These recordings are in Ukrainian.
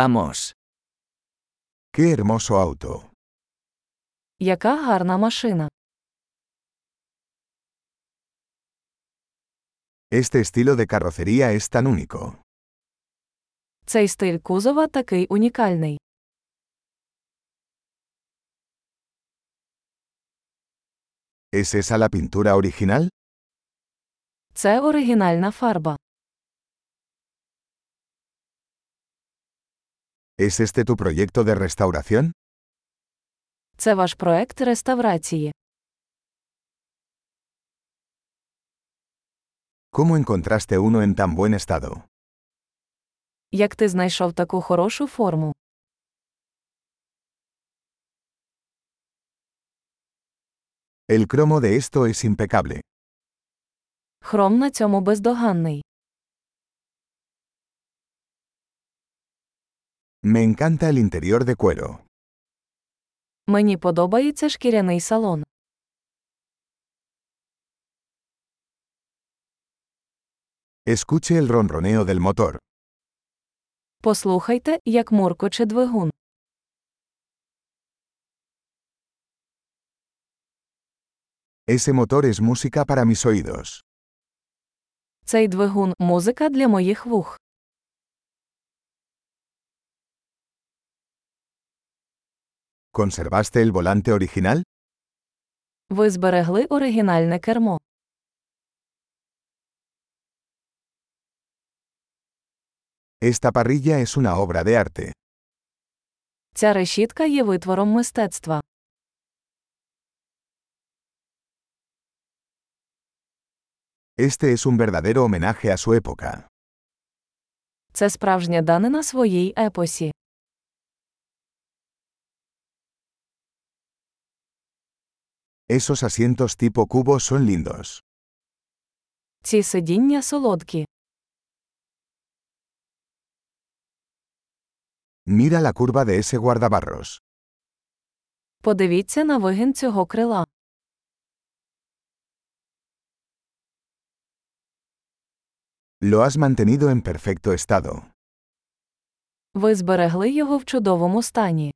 Vamos. ¡Qué hermoso auto! Яка гарна машина. Este estilo de carrocería es tan único. Цей стиль кузова такий унікальний. ¿Es esa la pintura original? Це оригінальна фарба. ¿Es este tu proyecto de restauración? Це ваш проект реставрації. ¿Cómo encontraste uno en tan buen estado? Як ти знайшов таку хорошу форму? El cromo de esto es impecable. Хром на цьому бездоганний. Me encanta el interior de cuero. Мені подобається шкіряний салон. Escuche el ronroneo del motor. Послухайте, як муркоче двигун. Ese motor es música para mis oídos. Цей двигун музика для моїх вух. ¿Conservaste el volante original? Ви зберегли оригінальне кермо. Esta parrilla es una obra de arte. Ця решітка є витвором мистецтва. Este es un verdadero homenaje a su época. Це справжня данина своїй епосі. Esos asientos tipo cubo son lindos. Ці сидіння солодкі. Mira la curva de ese guardabarros. Подивіться на вигін цього крила. Lo has mantenido en perfecto estado. Ви зберегли його в чудовому стані.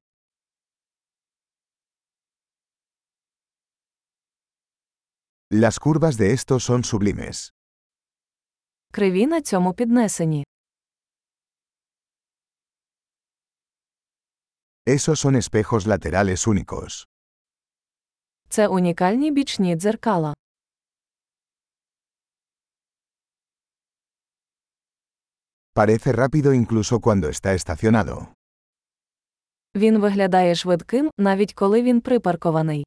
Las curvas de estos son sublimes. Криві на цьому піднесені. Esos son espejos laterales únicos. Це унікальні бічні дзеркала. Parece rápido incluso cuando está estacionado. Він виглядає швидким, навіть коли він припаркований.